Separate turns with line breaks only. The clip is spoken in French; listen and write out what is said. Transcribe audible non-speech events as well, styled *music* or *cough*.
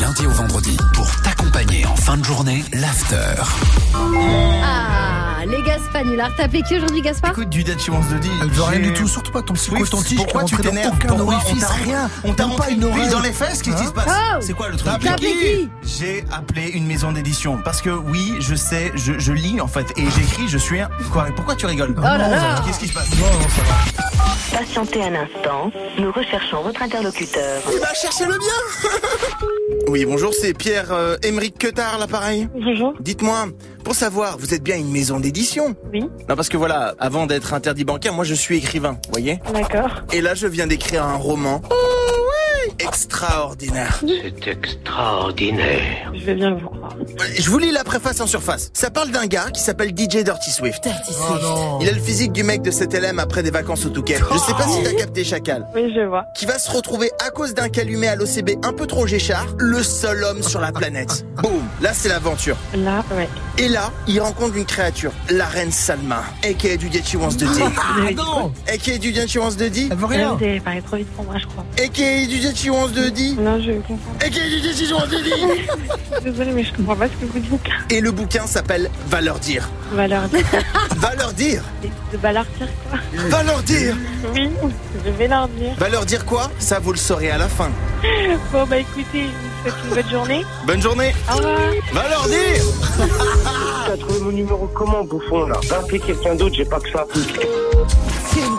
lundi au vendredi pour t'accompagner en fin de journée, l'after.
Ah, les Gaspanulars. T'as appelé qui aujourd'hui, Gaspard
Écoute, du Dutch Ones de dit.
Ah. Elle veut rien du tout, surtout pas ton psychotantique.
Pourquoi tu t'énerves
Aucun
Pourquoi on
orifice,
t'a-
rien.
On t'a
Même
rentré
pas
une
oreille.
puce dans les fesses Qu'est-ce qui se passe
Oh
C'est quoi le truc
T'as
appelé qui
J'ai appelé une maison d'édition parce que oui, je sais, je, je lis en fait et j'écris. Je suis un. Quoi Pourquoi tu
Oh
rigoles
là là
Qu'est-ce qui se passe
Patientez un instant, nous recherchons votre interlocuteur.
Il va chercher le bien. *laughs* oui, bonjour, c'est Pierre euh, Émeric Quetard, l'appareil.
Bonjour.
Dites-moi, pour savoir, vous êtes bien une maison d'édition
Oui.
Non, parce que voilà, avant d'être interdit bancaire, moi je suis écrivain, voyez
D'accord.
Et là, je viens d'écrire un roman.
Oh,
Extraordinaire.
C'est extraordinaire.
Je vais bien vous croire.
Je vous lis la préface en surface. Ça parle d'un gars qui s'appelle DJ Dirty Swift.
Oh non.
Il a le physique du mec de cet LM après des vacances au Touquet. Je sais pas si t'as capté Chacal.
Oui, je vois.
Qui va se retrouver à cause d'un calumet à l'OCB un peu trop Géchard, le seul homme sur
*laughs*
la planète. Boum, là c'est l'aventure.
Là, ouais.
Et là, il rencontre une créature, la reine Salma, aka du Get She Wants to D,
Ah non
aka du Get She Wants to D,
Elle veut
Là,
rien.
vous avez parlé trop vite pour moi, je crois.
aka du Get She Wants to D,
Non, je comprends.
aka du Get She Wants to D.
Désolée, mais je comprends pas ce que vous dites.
Et le bouquin s'appelle Va leur dire.
Va leur dire.
Va leur dire
De va leur dire quoi
Va leur dire
Oui, je vais leur dire.
Va leur dire quoi Ça, vous le saurez à la fin.
Bon, bah écoutez, je vous souhaite une bonne journée.
Bonne journée
Au revoir.
Va leur dire
T'as trouvé mon numéro comment, bouffon, là Va appeler quelqu'un d'autre, j'ai pas que ça.
C'est une